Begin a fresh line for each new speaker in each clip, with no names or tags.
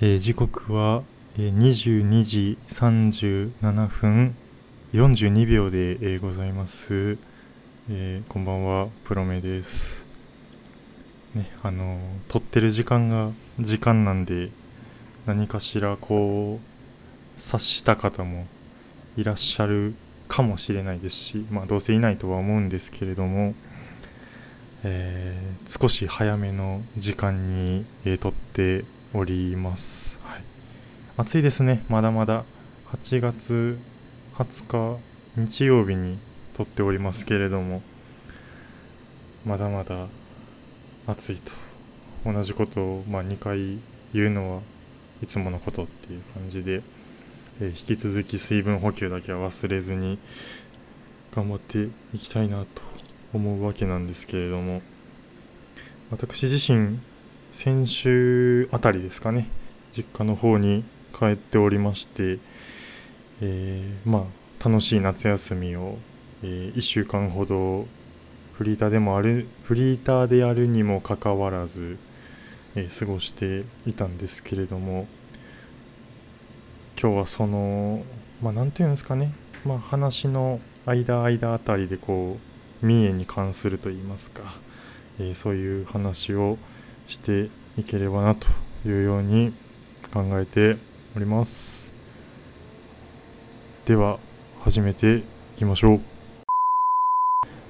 えー時刻は、えー22時37分42秒で、えーございます、えーこんばんはプロメですねあのー撮ってる時間が時間なんで何かしらこう察した方もいらっしゃるかもしれないですしまあどうせいないとは思うんですけれどもえー少し早めの時間に、えー撮っております、はい、暑いですねまだまだ8月20日日曜日に撮っておりますけれどもまだまだ暑いと同じことを、まあ、2回言うのはいつものことっていう感じで、えー引き続き水分補給だけは忘れずに頑張っていきたいなと思うわけなんですけれども私自身先週あたりですかね実家の方に帰っておりまして、えーまあ楽しい夏休みを、え1週間ほどフリーターでもあるフリーターであるにもかかわらず、えー過ごしていたんですけれども今日はそのまあ何ていうんですかね、まあ、話の間間あたりでこう三重に関するといいますか、えーそういう話をしていければなというように考えておりますでは始めていきましょう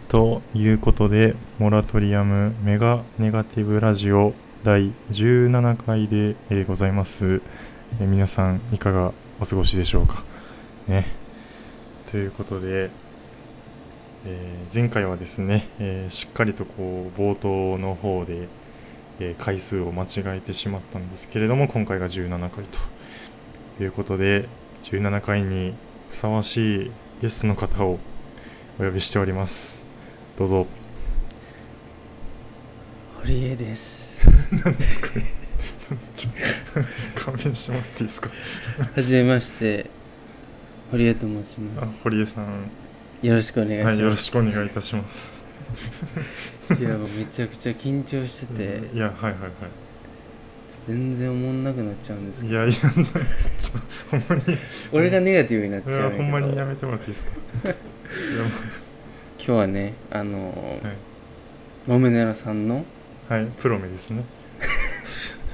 ということでモラトリアムメガネガティブラジオ第17回で、えーございます、えー皆さんいかがお過ごしでしょうかねということで、えー前回はですね、えーしっかりとこう冒頭の方でえー回数を間違えてしまったんですけれども今回が17回ということで17回にふさわしいゲストの方をお呼びしておりますどうぞ
堀江です。
何ですか勘弁してもらっていいですか
はじめまして、堀江と申し
あ
ます。
堀江さん、
よろしくお願いしま
は
す。
い、よろしくお願いいたします
いや、もうめちゃくちゃ緊張してて、
いやはいはいは
全然おもんなくなっちゃうんです
い
け
い
ど、
やいやちょほんまに
俺がネガティブになっち
い
ゃ
や
うんや
ほんま
け
に
ど、
や
今
めてもらっていい ですかいやも
日はね、あのー
うはい
モメネロさんの、
はい、プロメですね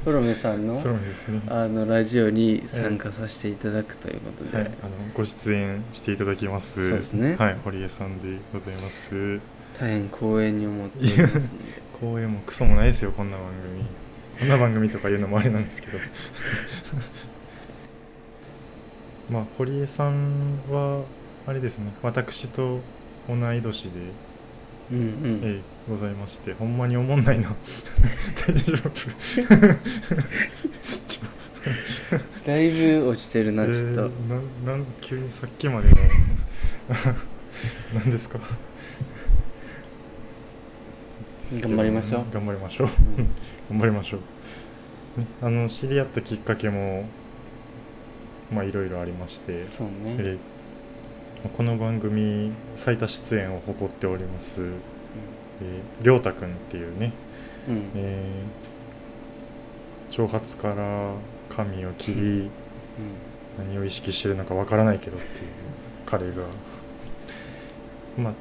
プロメさんの
プ、ロメですね
あの、ラジオに参加させていただくということで、
はい、あのご出演していただきます。
そうですね
はい、堀江さんでございます。
大変光栄に思っておりますので、
光栄もクソもないですよ、こんな番組。こんな番組とか言うのもあれなんですけど。 まあ、堀江さんは、あれですね、私と同い年で、
うんうん。
ええございまして、ほんまにおもんないな。 大丈夫。
だいぶ落ちてるな、
え
ちょっと。
ーななん急にさっきまでの 何ですか
頑張りましょう
頑張りましょう頑張りましょう、ねあの知り合ったきっかけもまあいろいろありまして、
そうね。
えーこの番組最多出演を誇っておりますえーりょうたくんっていうね
うんうん
えー長髪から髪を切り何を意識してるのかわからないけどっていう彼がまあ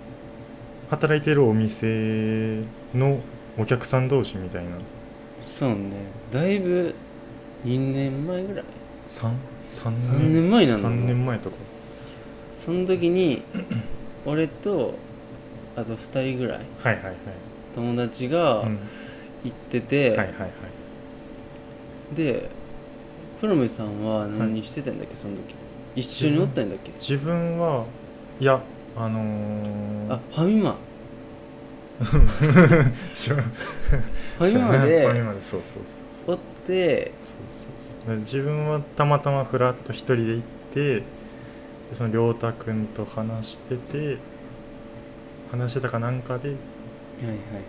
働いてるお店のお客さん同士みたいな
そうねだいぶ2年前ぐらい
3三
3年前なの
3年前とか
その 時に俺とあと2人ぐらい
はいはいはい、
友達が
うん
行ってて、
はいはいはい
でプロメさんは何してたんだっけ、その時一緒におったんだっけ、
自分はいやあのー、
あ ファミマ
知らん
ファミマ
ファミ
で
マでそうそうそうそう
おって
そうそうそうで自分はたまたまふらっと一人で行ってでその亮太くんと話してて話してたかなんかでで
はいはいは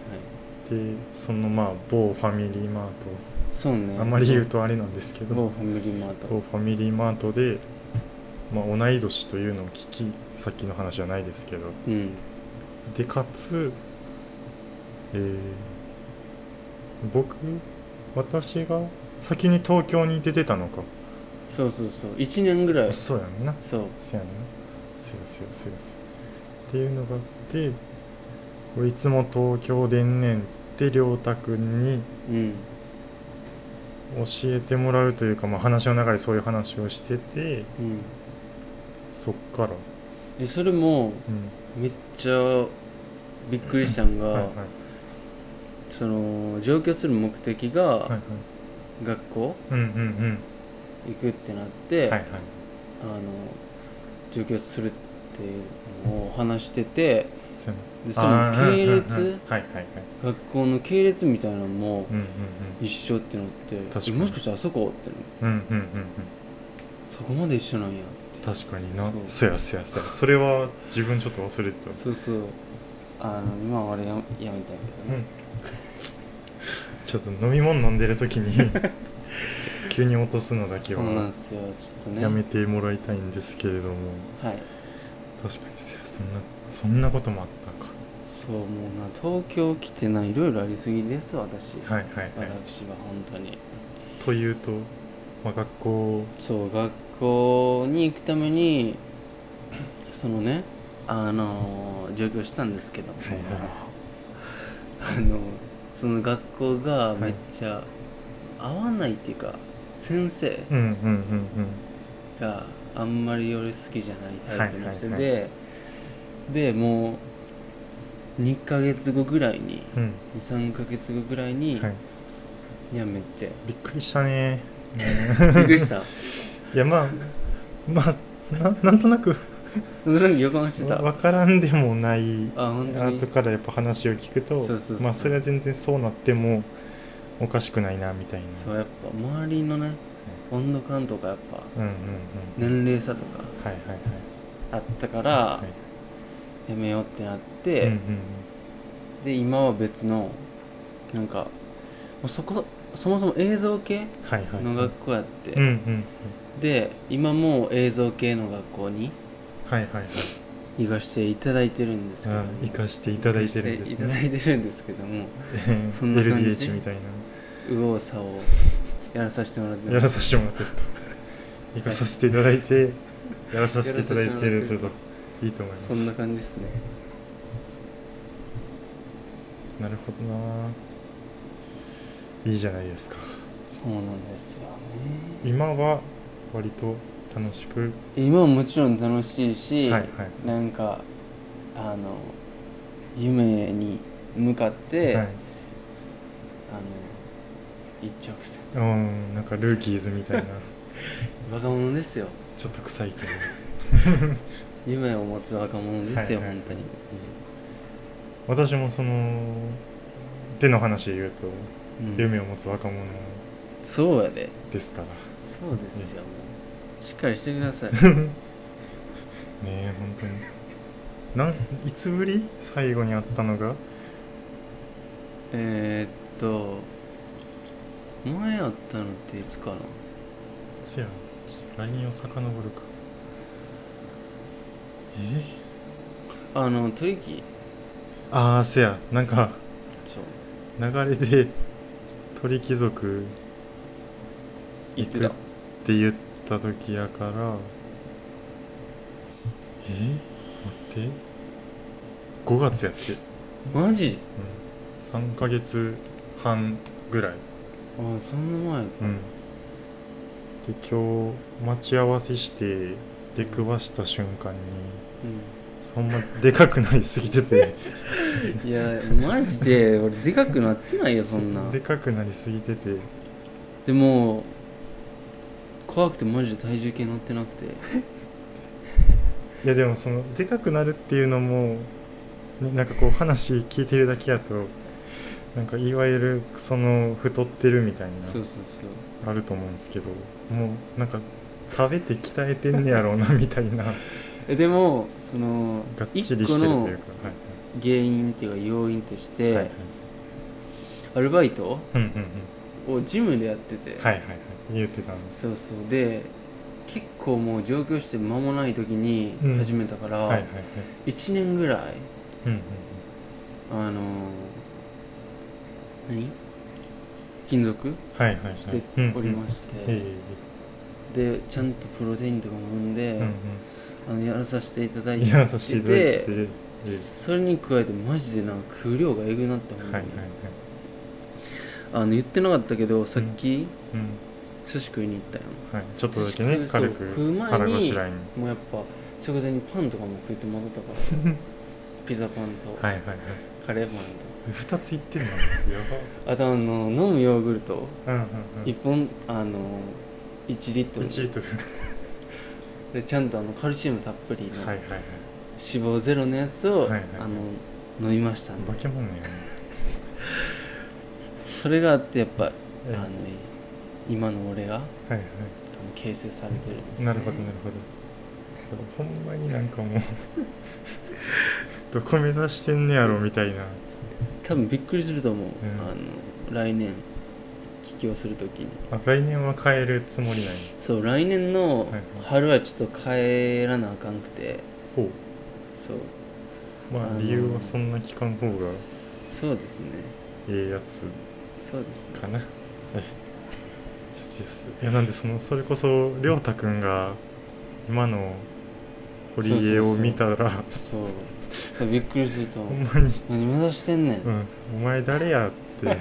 い
そのまあ某ファミリーマー
そうね
トあんまり言うとあれなんですけど
某
某
ファミリーマート
ファミリーマートで、まあ、同い年というのを聞きさっきの話じゃないですけど
うん
でかつ、えー僕私が先に東京に出てたのか
そうそうそう1年ぐらい
そうやんな
そう
せやんなせやせやせやせやっていうのがあってこれいつも東京でんねんって亮太くんに
うん
教えてもらうというか、まあ、話の中でそういう話をしてて
うん
そっから、
でそれも
うん
めっちゃびっくりしたんが、
はいはい
その上京する目的
はいは
が
い
学校
うんうんうん
行くってなって、
はいはい
あの上京するっていうのを話してて
そうやな
でその
あー
系列、
うんうんうんはいはいはい
学校の系列みたいなのも
うんうん
一緒ってのって、
確かに
もしかしてあそこっての
うんうんうんうんうん
そこまで一緒なんや
確かにな
そう
そうやそうやそうやそれは自分ちょっと忘れてた
そうそうあの今は俺ややめたんやけどね、
ちょっと飲み物飲んでる時 に急に落とすのだけ
そうなん
は
ですよちょっとね
やめてもらいたいんですけれども
はい
確かにそうやそんなそんなこともあったか
そうもうな東京来てないろいろありすぎです私、
はいはいはい
私は本当に
というと、まあ、学校
そう学校に行くためにそのねあの上京したんですけども、
はいはい
あのその学校がめっちゃ合わないっていうか、先生
うんうんうんうん
があんまり俺好きじゃないタイプの人で、
はいは
でもう2ヶ月後ぐらいに
うん
23ヶ月後ぐらいに
はい
辞めて、
びっくりしたね
びっくりした
いやまあまあななんとなく
なんか予感してたあ
わからんでもない
本当に
後からやっぱ話を聞くと
そうそうそう
まあそれは全然そうなってもおかしくないなみたいな
そうやっぱ周りのね温度感とかやっぱ
うんうんうん
年齢差とか
はいはいはい
あったから
はい
辞めようってなっ
うんうん
て、で今は別のなんかもうそこそもそも映像系
はいはい
の学校やって、
うんうんうん
で今もう映像系の学校に
はいはいはい
行かしていただいてるんですけど
あ
も
生かしていただいてるんです
行かして
ね
いただいてるんですけども そんな感じで
LDH みたいな
右往左往やらさせてもらって
やら
ます
させてもらって ると生かさせていただいてやらさせていただいてる
やらさせても
と
らっ
いいと思います
そんな感じですね
なるほどないいじゃないですか
そうなんですよね
今は割と楽しく
今ももちろん楽しいし、
はいはい
なんかあの夢に向かって、
はい
あの一直線
うんなんかルーキーズみ たいな
若者ですよ
ちょっと臭いけど
夢を持つ若者ですよ、
はいはい
本当に
私もその手の話で言うと、
うん
夢を持つ若者
そうやで
ですから
そうですよ、もうしっかりしてくだ さい
ねえ本当になんいつぶり最後に会ったのが
えーっと前あったのっていつかな
せやちょっと LINE を遡るかえ
あの取引
ああせやなんか
そう
流れで鳥貴族
行って
行
た
くって言った時やからえ待って5月やって、うん、
マジ
3ヶ月半ぐらい、
あそんな前
うん、で今日待ち合わせして出くわした瞬間にそんなでかくなりすぎてて
うん、いやマジで俺でかくなってないよそんな
でかくなりすぎてて
でも怖くてマジで体重計乗ってなくて
いやでもそのでかくなるっていうのも、ね、なんかこう話聞いてるだけやとなんかいわゆるその太ってるみたい
そう
な
そうそう
あると思うんですけどもうなんか食べて鍛えてんねやろうなみたい なが
えでもその
っち
一
り
個
してる
の
というかはい
原因っていうか要因として、
はいはい
アルバイト
うんうんうん
をジムでやってて、
はいはいはい言うてたんです
そうそうで結構もう上京して間もない時に
うん
始めたから、
はいはいはい
1年ぐらい
うんうん
あのー何金属
はいはいはい
しておりまして、
うんうんえ
でちゃんとプロテインとかも飲んで、
えうん
あのやらさせていただ
う
い
ん、い
て
やさせていただいてて、え
それに加えてマジでなんか食量がえぐなって
え
思う、
はいはいはい、
あの言ってなかったけどさっき
うん
寿司食いに行ったやん、
はい、ちょっとだけね
私
軽
そう食う
く
前に
腹ごしらえに
もうやっぱ食前にパンとかも食って戻ったから ピザパンと
はいはいはい
カレーパン
2ついってんのや
とあとあの飲むヨーグルト
ばうんうんうん
1本あの1リットル
1リットル
でちゃんとあのカルシウムたっぷりの
はいは
脂
いはい
肪ゼロのやつを、
はいはい
あの飲みましたんで
化け物やね
それがあってやっぱ、
ええ
あの今の俺があの
はいは
形成されてるんです、
い
ね、
なるほどなるほどほんまになんかもう どこ目指してんねやろみたいな
多分びっくりすると思う、
ええ
あの来年帰郷するときに
あ来年は変えるつもりない
そう来年の
いはい
春はちょっと帰らなあかんくて
ほ
そう
うまあ
あの
理由はそんな聞かん方が
そうですね
ええやつ
そうですね
かなはいですいやなんでそのそれこそ亮太くんが今の堀江を見たら
そうそうびっくりすると
ほ
思
ん
う
まに、
何目指してんねん、
うん、お前誰やって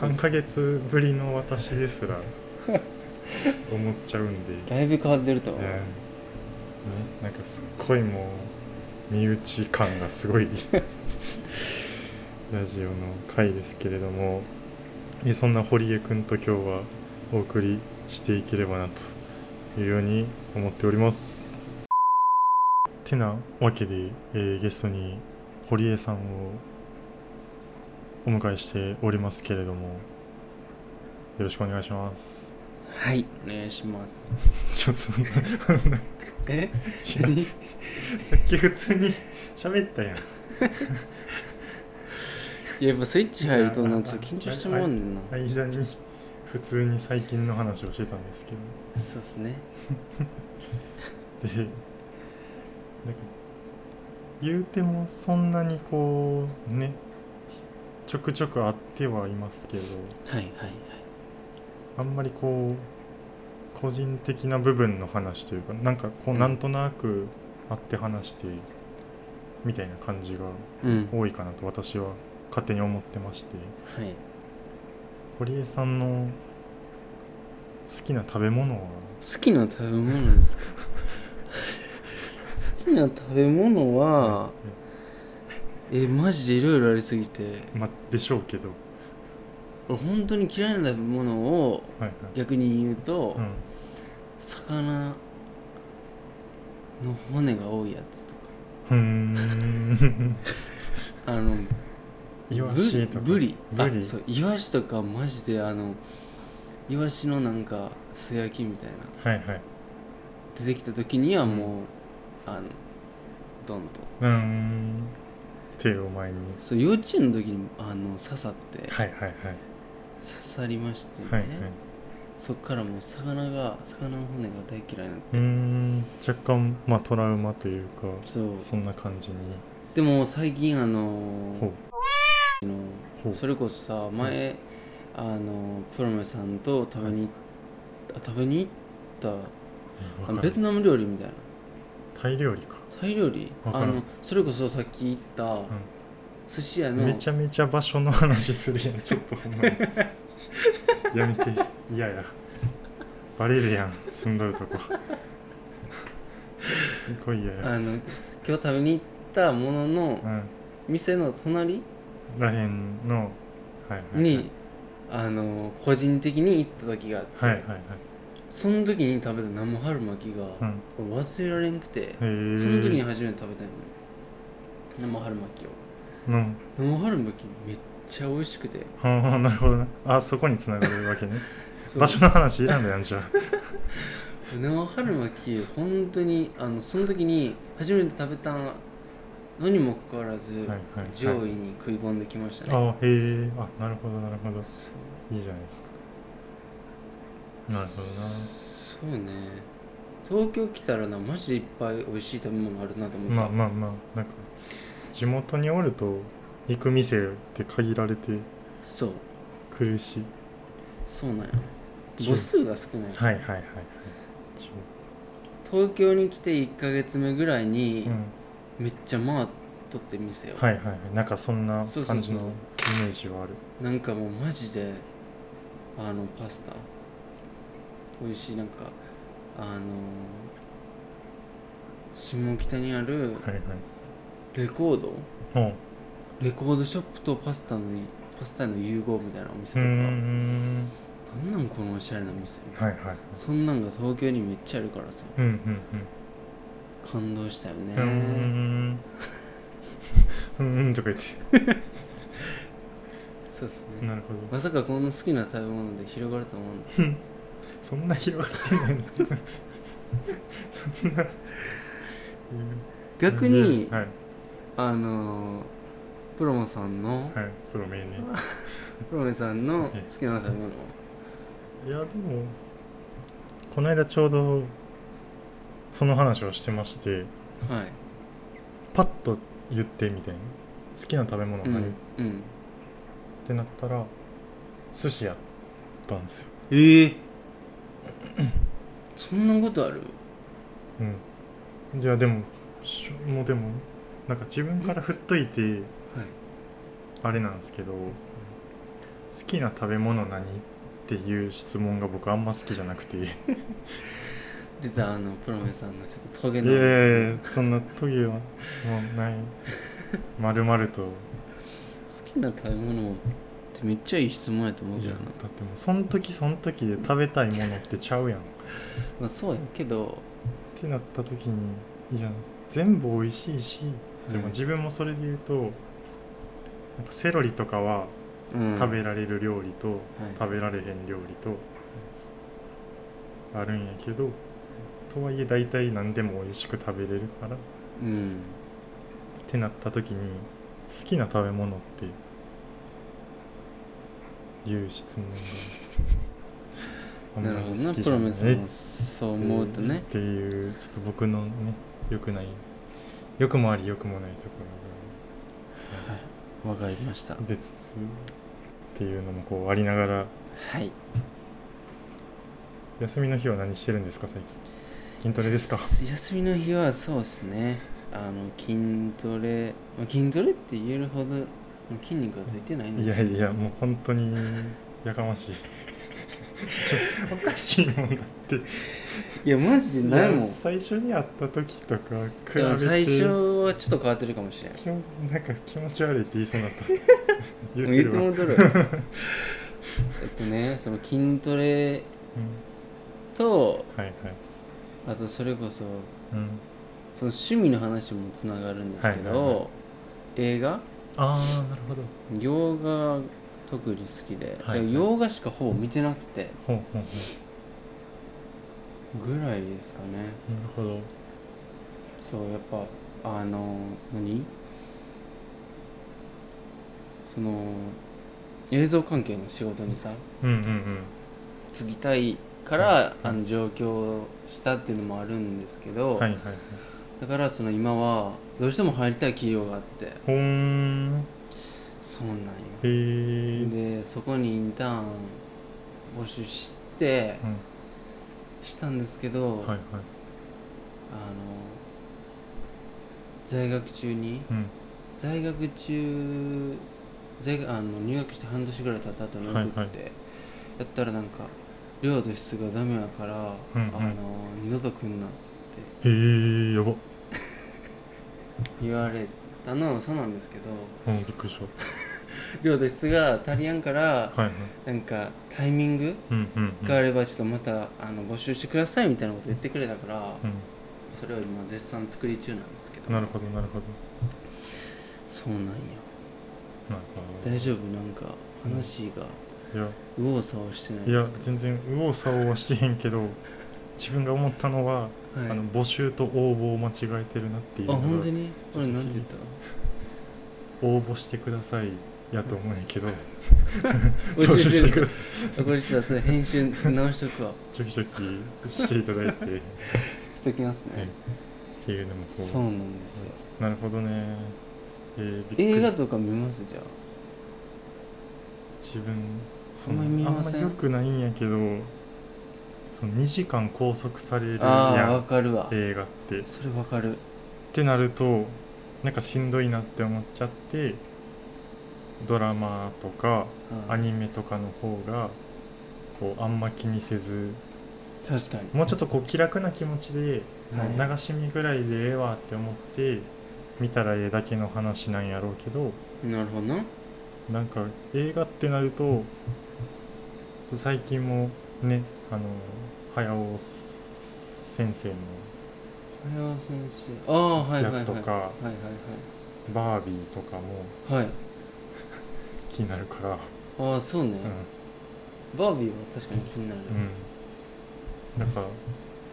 3ヶ月ぶりの私ですら思っちゃうんで、
だいぶ変わってると
うん
思う、
ね、なんかすっごいもう身内感がすご いラジオの回ですけれどもえそんな堀江くんと今日はお送りしていければなというように思っております。てなわけで、えーゲストに堀江さんをお迎えしておりますけれどもよろしくお願いします。
はいお願いします
ちょそんな
え
いやさっき普通に喋ったやん。
いややっぱスイッチ入るとなんかちょっと緊張してもらうんだよな
間に普通に最近の話をしてたんですけ
そうですね
ど。で、なんか言うてもそんなにこうね、ちょくちょく会ってはいますけど、
はいはいはい
あんまりこう、個人的な部分の話というか、なんかこう、
うん
なんとなく会って話して、みたいな感じが
うん
多いかなと私は勝手に思ってまして。
はい
堀江さんの好きな食べ物は
好きな食べ物ですか 好きな食べ物はえマジでいろいろありすぎて
まあでしょうけどは
俺本当に嫌いな食べ物を
いはい、
逆に言うと、
うん、
魚の骨が多いやつとか
ふーん
あの
イワシとか
ブリ
ブリ
あそうイワシとかマジであのイワシのなんか素焼きみたいな
はいはい
出てきた時にはもう、あのドンと
うーん手を前に
そう幼稚園の時にあの刺さって刺
はいはいはい
さりましてね、
はいはい
そっからもう魚が魚の骨が大嫌いになって
うーん若干まあトラウマというか
そう
そんな感じに
でも最近あの
ほうほう
それこそさ前、あのプロメさんと食べにあ食べに行っ
わ
た
か
あ
んな
の
い
ベトナム料理みたいな
タイ料理か
タイ料理
わから
あ
ん
のそれこそさっき行った寿司屋の、
めちゃめちゃ場所の話するやんちょっとほんまにやめて嫌やバレるやん住んどるとこすごい嫌や
あの今日食べに行ったものの
うん
店の隣
らへんのはいはいはい
に、あの個人的に行った時があって、
はいはいはい
その時に食べた生春巻きが、
うん
俺忘れられんくて、
へー
その時に初めて食べたのよ生春巻きを
うん
生春巻きめっちゃ美味しくて
はあなるほどなあそこに繋がるわけね
そう
場所の話いらんのやんじゃ
生春巻き本当にあのその時に初めて食べたのにもかかわらず、
あはいはい、はい、
上位に食い込んできましたね、
あへえあなるほどなるほど
そう
いいじゃないですかなるほどな
そうね東京来たらなマジでいっぱい美味しい食べ物あるなと思った、
まあまあまあなんか地元におると行く店って限られて
そう
苦しい
そうなんや
中
母数が少ない、
はいはいはいはい中
東京に来て1ヶ月目ぐらいに
うん
めっちゃ回っとって店を、
はいはいはいなんかそんな
そうそ
感
う
じ
そ
の
う
イメージはある
なんかもうマジであのパスタ美味しいなんかあの下北にある
はい
レコード
はい
レコードショップとパスタのパスタの融合みたいなお店
う
と
んう
か
ー
なん
ん
なんこのおしゃれな店
はいはい
そんなんが東京にめっちゃあるからさ
うんうん
感動したよね
うんうーんうーんとか言って
そうですね
なるほど
まさかこんな好きな食べ物で広がると思うんだ
そんな広がってないんだそんな
逆に、
はい
あのープロモさんの
はいプロ名に
プロメさんの好
ええ
きな食べ物
いやでもこの間ちょうどその話をしてまして
はい
パッと言ってみたいな好きな食べ物
う
何、っ
ん、うん、
てなったら寿司やったんですよ
ええ そんなことある
うんいやでもしょもうでもなんか自分から振っといて
はい
あれなんですけど好きな食べ物何っていう質問が僕あんま好きじゃなくてい
出たあのプロメさんのちょっとトゲ
や
の
いやいやそんな時はもうないまるまると
好きな食べ物ってめっちゃいい質問やと思う
い
け
や
どな、
だってもうその時その時で食べたいものってちゃうやんっ
まあ、そうやけど
てなった時にいや全部美味しいし、でも自分もそれで言うとなんかセロリとかは
うん
食べられる料理と、
はい
食べられへん料理とあるんやけどとはいえ大体何でも美味しく食べれるからっ
うん
てなった時に好きな食べ物っていう質問があんま
な
り
るほどな
好きじ
プ
ゃ
ロ
ない
メさんもそう思うとね
っていうちょっと僕のね良くない良くもあり良くもないとこ
わかりました
ろが出つつっていうのもこうありながら
はい
休みの日は何してるんですか最近筋トレですか
休みの日はそうですねあの筋トレ、まあ、筋トレって言えるほどまあ筋肉がついてないん
い
です
や
けど
いやもう本当にやかま しいちょおかしいもんだって
いやマジでないもん
いや最初に会った時とか比
で
べ
も
て
最初はちょっと変わってるかもしれん
気持ちなんか気持ち悪いって言いそうに なった 言
言って
るわ
もとるえ っとねその筋ト
う
レ
ん
と
はいはい、
あとそれこそ
うん、
その趣味の話もつながるんですけど、
はいはいは
映画
ああなるほど
洋画が特に好きで、
はいはい
で洋画しかほぼ見てなくて
ほんほんほん
ぐらいですかね
なるほど
そうやっぱあの何その映像関係の仕事にさ
うんうんうん
継ぎたいから、あの上京したっていうのもあるんですけど、
はいはいはい
だからその今はどうしても入りたい企業があって
ほーん
そうなんよ
へえうん
でそこにインターン募集してしたんですけど、
はいはい
あの在学中に
うん
在学中在学あの入学して半年ぐらい経った後に送って、
はいはい
やったらなんか量と質がダメやから、
うんうん
あの二度と来んなって
へえやば
言われたのはそうなんですけど
うんびっくりし
量と質が足りやんから
たはいはい
なんかタイミング
うんうんうん
があればちょっとまたあの募集してくださいみたいなこと言ってくれたから
う
それを今絶賛作り中なんですけど
んなるほどなるほど
そうなんや
なんか
大丈夫なんか話が
いや
右往左往してない
い
で
や
すか
全然右往左往はしてへんけど自分が思ったのは、
はい
あの募集と応募を間違えてるなっていう
あ
の
本
が
当に
ちょっ
俺
と
なんて言った
応募してくださいやと思うんやけど、
教
募集し
え
て
てく
く
れ
ださい
これちょっと後で編集直しとくわ
ちょきちょきしていただい てっ
してきますね
ていうのもこう
そうなんですよ
なるほどね、えー、びっくり
映画とか見ますじゃあ
自分
あんまり見えません
あんま良くないんやけどその2時間拘束される
ああわ
や
かるわ
ん映画ってっ
それわかる
てなるとなんかしんどいなって思っちゃってドラマとか
あ
ア
ー
ニメとかの方がこうあんま気にせず
確かに
もうちょっとこう気楽な気持ちで、
はい
もう流し見ぐらいでええわって思って見たらええだけの話なんやろうけど
なるほどな
なんか映画ってなると最近もねあの早尾先生の
早尾先生ああはい
や
はいはい
つとか、
はい
バービーとかも
はいはいはい
気になるから、
ああそうね、
う
バービーは確かに気になる、
んうん、なんか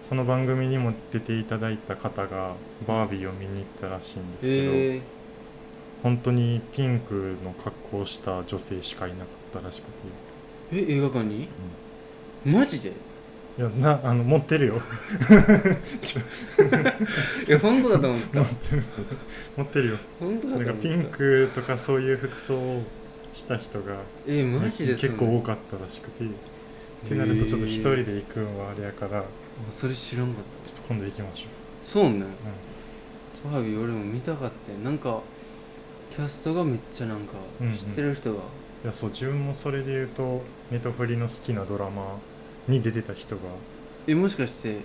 この番組にも出ていただいた方がバービーを見に行ったらしいんですけど、
ええ
本当にピンクの格好をした女性しかいなかったらしくて
え映画館に、マジで
いやなあの持ってるよ
いや本当だと 思った
持ってるよ
本当だと
なんか
思った
ピンクとかそういう服装をした人が
えマジで
結構多かったらしくてってなるとちょっと一人
で
で行くんはあれやから
それ知らんかった
ちょっと今度行きましょ
そうね、バービー俺も見たかったよなんかキャストがめっちゃなんか
うんうん
知ってる人が、
ういやそう自分もそれで言うとネトフリの好きなドラマに出てた人が
えもしかして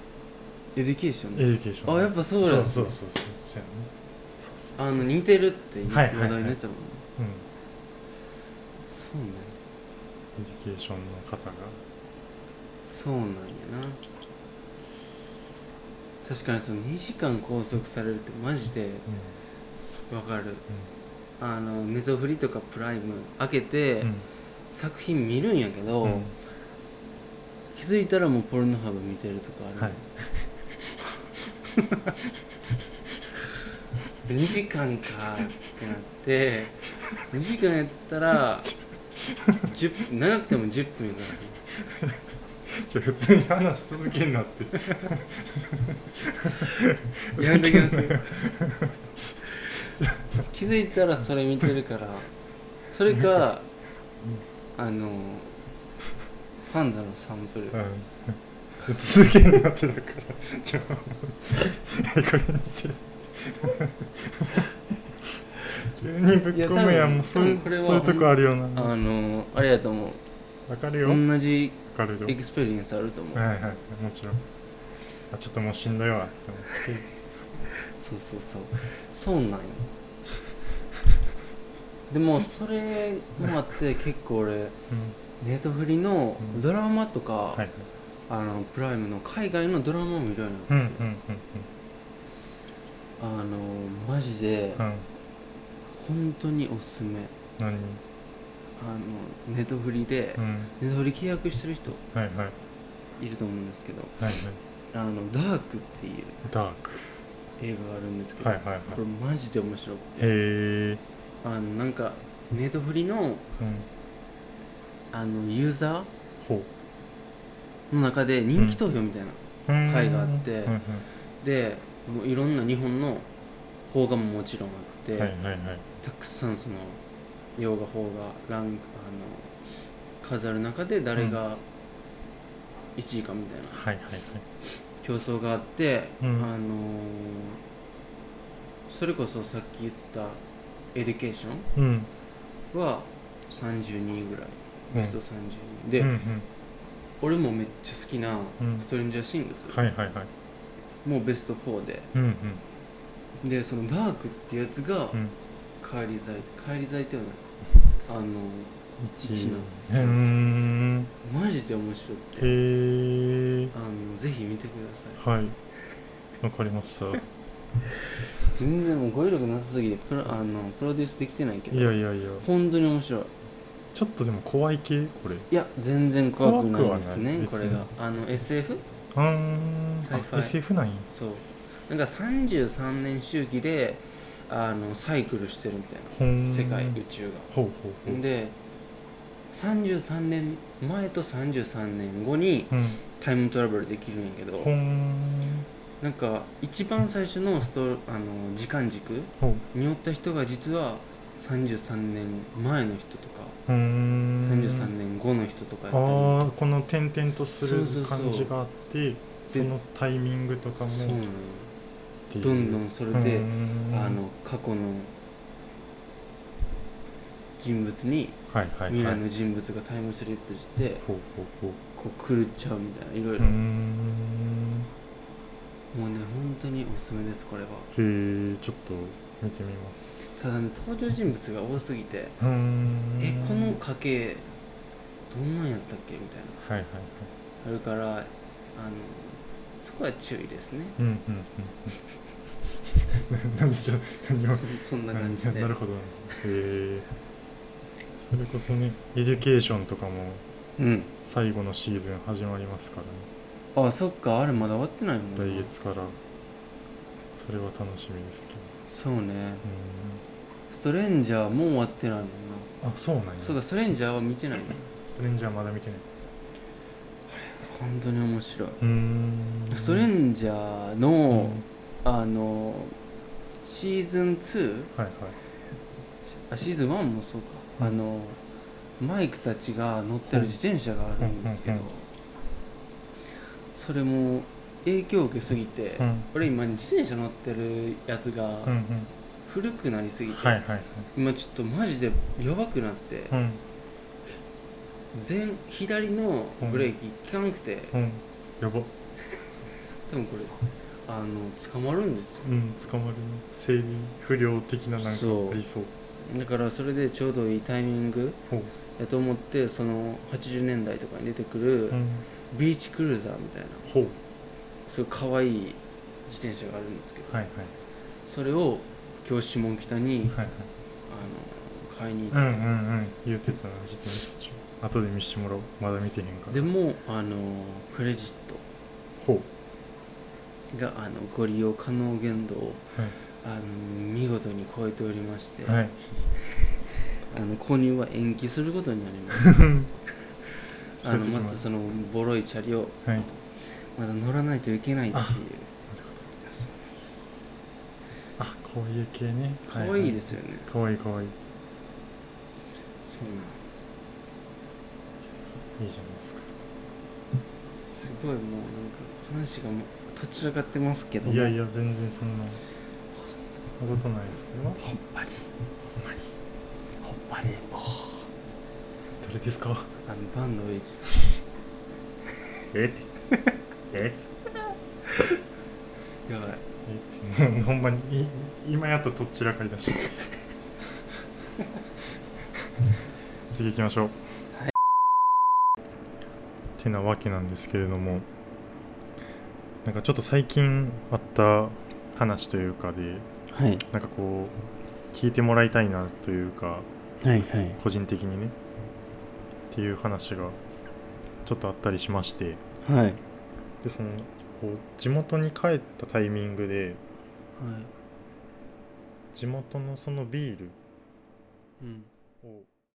エデュケーション
エデュケーション
あやっぱそうだ
そうそうそうそうそうやねそうそうそう
あの似てるって話
はいはい
題に
はい
なっちゃうもんね、
うん
そうね
エデュケーションの方が
そうなんやな確かにその2時間拘束されるってマジで
う
わかるあのネトフリとかプライム開けて
んうん
作品見るんやけど、
うん
気づいたらもうポルノハブ見てるとかある、
はい
2時間かってなって2時間やったら10分長くても10分やか
じゃあ普通に話し続けんなって
ら やめとき ますよ気づいたらそれ見てるからそれかあのパンザのサンプル
うん続けんなってだからじゃ あ ええ加減にせえ 急にぶっ込むやんもうそうい
いや多分多分これ
う
は
そういうとこあるよ
あ
な
のあれやと思う
わかるよわ
同じ
かるよ
エクスペリエンスあると思う、
はいはいもちろんあちょっともうしんどいわって思って
そうそうそうそうなんよでもそれもあって結構俺
うん
ネットフリの
うん
ドラマとか、
はいはい
あのプライムの海外のドラマを見るように
うんう
なっ
ん
て、
うん
あのマジで
うんうん
本当におすすめ
何
あのネットフリで、
うん
ネットフリ契約してる人
はいはいはい
いると思うんですけど
はい
あのダークっていう
ダーク
映画があるんですけど、
はいはいはい
これマジで面白く
へ
て
え
あのなんかネットフリの
うん
あのユーザ
ほ
ーの中で人気投票みたいな、
ううん
会があって
うんうん
でもういろんな日本の邦画ももちろんあって、
はいはいはい
たくさんその洋画邦画ランあの飾る中で誰が1位かみたいな
はいはいはい
競争があって、
うん
あのーそれこそさっき言った「エデュケーショ
うん
ン」は32位ぐらいベスト32位、で、
うんうん
俺もめっちゃ好きな
うん
「ストレンジャーシングス」
はいはいはい
もうベスト4で
うんうん
でそのダークってやつ
う
が
ん
帰り剤帰り剤っていうのはない
一
一の
うーん
あのマジで面白くて
へえ
あのぜひ見てください
はいわかりました
全然もう語彙力なさすぎてプロあのプロデュースできて ないけど
いやいやいや
本当に面白い
ちょっとでも怖い系これ
いや全然怖くないですね
怖く
こ
はない別に
れがあの SF?
あーん
サイファ
あ
イ
SF なんや
そうなんか33年周期であのサイクルしてるみたい
ほん
な世界宇宙
ほうほうほ
が
う
で33年前と33年後に
うん
タイムトラベルできるんやけど
ほん
なんか一番最初のストあの時間軸
ほう
によった人が実は33年前の人とか
うーん
33年後の人とかやったり
ああこの点々とする
そうそうそう
感じがあってそのタイミングとかも
そうなんよ
っていう
どんどんそれで、
うーん
あの過去の人物に
はいはい
未
はい
来の人物がタイムスリップして、
ほうほうほう
こう狂っちゃうみたいないろいうろ、
ーん
もうね本当におすすめですこれは
へえちょっと見てみます
ただね登場人物が多すぎて、
うーん
えこの家系どんなんやったっけみたい
は
な
いはいはい
あるからあのそこは注意です ね
うんうんうん うんなんでちょっと何を
そそんな感 じ
な
で
なるほどへえそれこそねエデュケーションとかも
うん
最後のシーズン始まりますからね
あそっかあれまだ終わってないもんな
来月からそれは楽しみですけど
そうね
う
ストレンジャーも終わってないもんな、
ーんあそうなんや
そうかストレンジャーは見てないね
ストレンジャーまだ見てないう
本当に面白い
ーん
スト
ジ
レンジャーの、
ャはい
あのシーズン 2?
はい
あシーズン1もそうか、
うん
あのマイクたちが乗ってる自転車があるんですけ
う
ど、
んうんうん
それも影響を受けすぎて、
うん
俺今自転車乗ってるやつが
うん
古くなりすぎ
うん
て、
はいはいはい
今ちょっとマジでやばくなって、
うん
前左のブレーキ効かなくて、
うんやば
多分これあの捕まるんですよ
うん捕まるね整備不良的ななんか
そう
ありそう
だからそれでちょうどいいタイミング
ほう
やと思ってその80年代とかに出てくる、
うん
ビーチクルーザーみたいな
ほう
すごい可愛い自転車があるんですけど、
はいはい
それを今日下北に
はいはい
あの買いに
う
行
ん
っ
う
て、
んうん言ってたな自転車中後で見してもらおうまだ見てへんから
でもあのクレジッ
ほう
トがあのご利用可能限度を、
はい
あの見事に超えておりまして、
はい
あの購入は延期することになりますあ
そうい
の
う時も
ま
ある
たそのボロい車両
はい
まだ乗らないといけないっていう
あ
そう
あこういう系ね
可愛いですすよね、
かわいいかわいい
そうなん
いいじゃないですか
すごいもうなんか話がもうとっちらかってますけども
いやいや全然そんなそんなことないですよ
ほんまにほんまにほんまに
誰ですか
あのバンドエイジさん
えってえって
やばい
えって ほんまにい今やっととっちらかりだした 次行きましょうてなわけなんですけれどもなんかちょっと最近あった話というかで
はい
なんかこう聞いてもらいたいなというか
はいはい
個人的にねっていう話がちょっとあったりしまして
はいはい
でそのこう地元に帰ったタイミングで地元のそのビール
うん